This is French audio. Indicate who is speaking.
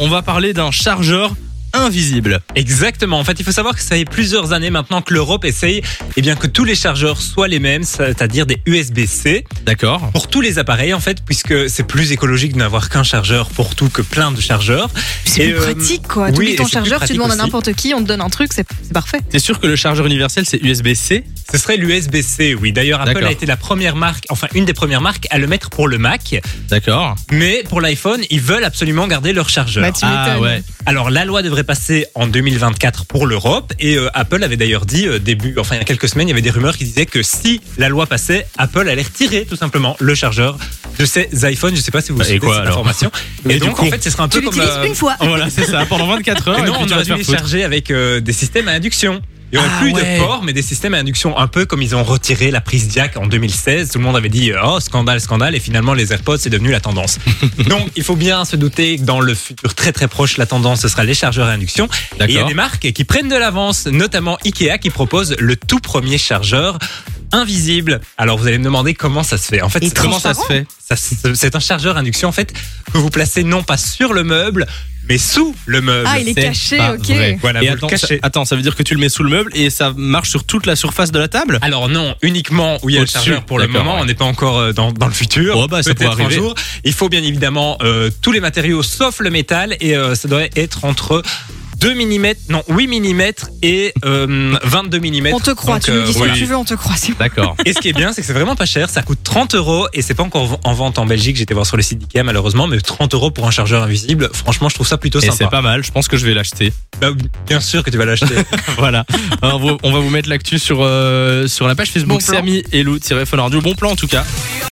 Speaker 1: On va parler d'un chargeur invisible.
Speaker 2: Exactement. En fait, il faut savoir que ça fait plusieurs années maintenant que l'Europe essaye eh bien, que tous les chargeurs soient les mêmes, c'est-à-dire des USB-C,
Speaker 1: D'accord.
Speaker 2: pour tous les appareils, en fait, puisque c'est plus écologique de n'avoir qu'un chargeur pour tout que plein de chargeurs.
Speaker 3: C'est
Speaker 2: Et,
Speaker 3: plus
Speaker 2: euh,
Speaker 3: pratique quoi.
Speaker 2: oui,
Speaker 3: tu mets
Speaker 2: et
Speaker 3: ton
Speaker 2: c'est plus
Speaker 3: chargeur, tu
Speaker 2: pratique
Speaker 3: demandes à
Speaker 2: aussi.
Speaker 3: n'importe qui, on te donne un truc, c'est c'est parfait.
Speaker 1: C'est sûr que le chargeur universel, c'est USB-C.
Speaker 2: Ce serait l'USB-C, oui. D'ailleurs, Apple
Speaker 1: D'accord.
Speaker 2: a été la première marque, enfin, une des premières marques à le mettre pour le Mac,
Speaker 1: D'accord.
Speaker 2: mais pour l'iPhone, ils veulent absolument garder leur chargeur.
Speaker 3: Bah, tu
Speaker 1: Ah
Speaker 3: m'étonnes.
Speaker 1: ouais.
Speaker 2: Alors la loi devrait passer en 2024 pour l'Europe et euh, Apple avait d'ailleurs dit euh, début, enfin il y a quelques semaines, il y avait des rumeurs qui disaient que si la loi passait, Apple allait retirer tout simplement le chargeur de ses iPhones. Je sais pas si vous
Speaker 1: Et
Speaker 2: savez
Speaker 1: quoi,
Speaker 2: cette
Speaker 1: alors
Speaker 2: information.
Speaker 1: Mais
Speaker 2: Et
Speaker 1: du
Speaker 2: donc
Speaker 1: coup-
Speaker 2: en fait, ce sera un peu
Speaker 3: Tu
Speaker 2: comme
Speaker 3: l'utilises
Speaker 2: euh,
Speaker 3: une fois.
Speaker 1: Voilà, c'est ça. Pendant 24 heures,
Speaker 2: et
Speaker 1: Ah, et
Speaker 2: non,
Speaker 1: puis
Speaker 2: on
Speaker 1: tu
Speaker 2: aurait
Speaker 1: vas te
Speaker 2: dû
Speaker 1: faire
Speaker 2: les
Speaker 1: foutre.
Speaker 2: charger avec euh, des systèmes à induction. Il y aurait
Speaker 1: Ah
Speaker 2: plus
Speaker 1: ouais.
Speaker 2: de ports, mais des systèmes à induction, un peu comme ils ont retiré la prise jack en 2016. Tout le monde avait dit euh, oh scandale, scandale, et finalement les AirPods c'est devenu la tendance. Donc il faut bien se douter que dans le futur très très proche, la tendance ce sera les chargeurs à induction. Et il y a
Speaker 1: D'accord.
Speaker 2: des marques qui prennent de l'avance, notamment Ikea qui propose le tout premier chargeur invisible. Alors vous allez me demander comment ça se fait. En fait,
Speaker 3: Et
Speaker 2: c'est-
Speaker 1: Comment ça se fait
Speaker 2: ça, c'est c'est un chargeur induction en fait que vous placez non pas sur le meuble, mais sous le meuble.
Speaker 3: Ah, il est
Speaker 1: C'est
Speaker 3: caché,
Speaker 1: pas
Speaker 3: ok.
Speaker 1: vrai.
Speaker 2: Voilà,
Speaker 1: Et
Speaker 2: vous le
Speaker 1: attends,
Speaker 2: cachez.
Speaker 1: ça- attends, ça veut dire que tu le mets sous le meuble et ça marche sur toute la surface de la table
Speaker 2: Alors non, uniquement où il y a le
Speaker 1: Au-dessus,
Speaker 2: chargeur pour le
Speaker 1: d'accord,
Speaker 2: moment,
Speaker 1: ouais.
Speaker 2: on n'est pas encore euh, dans, dans le futur.
Speaker 1: Oh, bah, ça
Speaker 2: Peut-être
Speaker 1: pourrait
Speaker 2: un
Speaker 1: arriver.
Speaker 2: jour. Il faut bien évidemment euh, tous les matériaux sauf le métal et euh, ça doit être entre 2 mm, non 8 mm et euh, 22 mm.
Speaker 3: On te croit,
Speaker 2: Donc,
Speaker 3: tu nous
Speaker 2: euh,
Speaker 3: dis ce
Speaker 2: voilà.
Speaker 3: que tu veux, on te croit. c'est bon.
Speaker 1: D'accord.
Speaker 2: Et ce qui est bien, c'est que c'est vraiment pas cher. Ça coûte 30 euros et c'est pas encore en vente en Belgique. J'étais voir sur le site d'IKEA malheureusement, mais 30 euros pour un chargeur invisible, franchement, je trouve ça plutôt
Speaker 1: Et
Speaker 2: sympa.
Speaker 1: c'est pas mal, je pense que je vais l'acheter.
Speaker 2: Bah, bien sûr que tu vas l'acheter.
Speaker 1: voilà. Alors, vous- on va vous mettre l'actu sur, euh, sur la page Facebook
Speaker 3: Bon plan.
Speaker 1: Samy et Lou, téléphone radio. Bon plan en tout cas.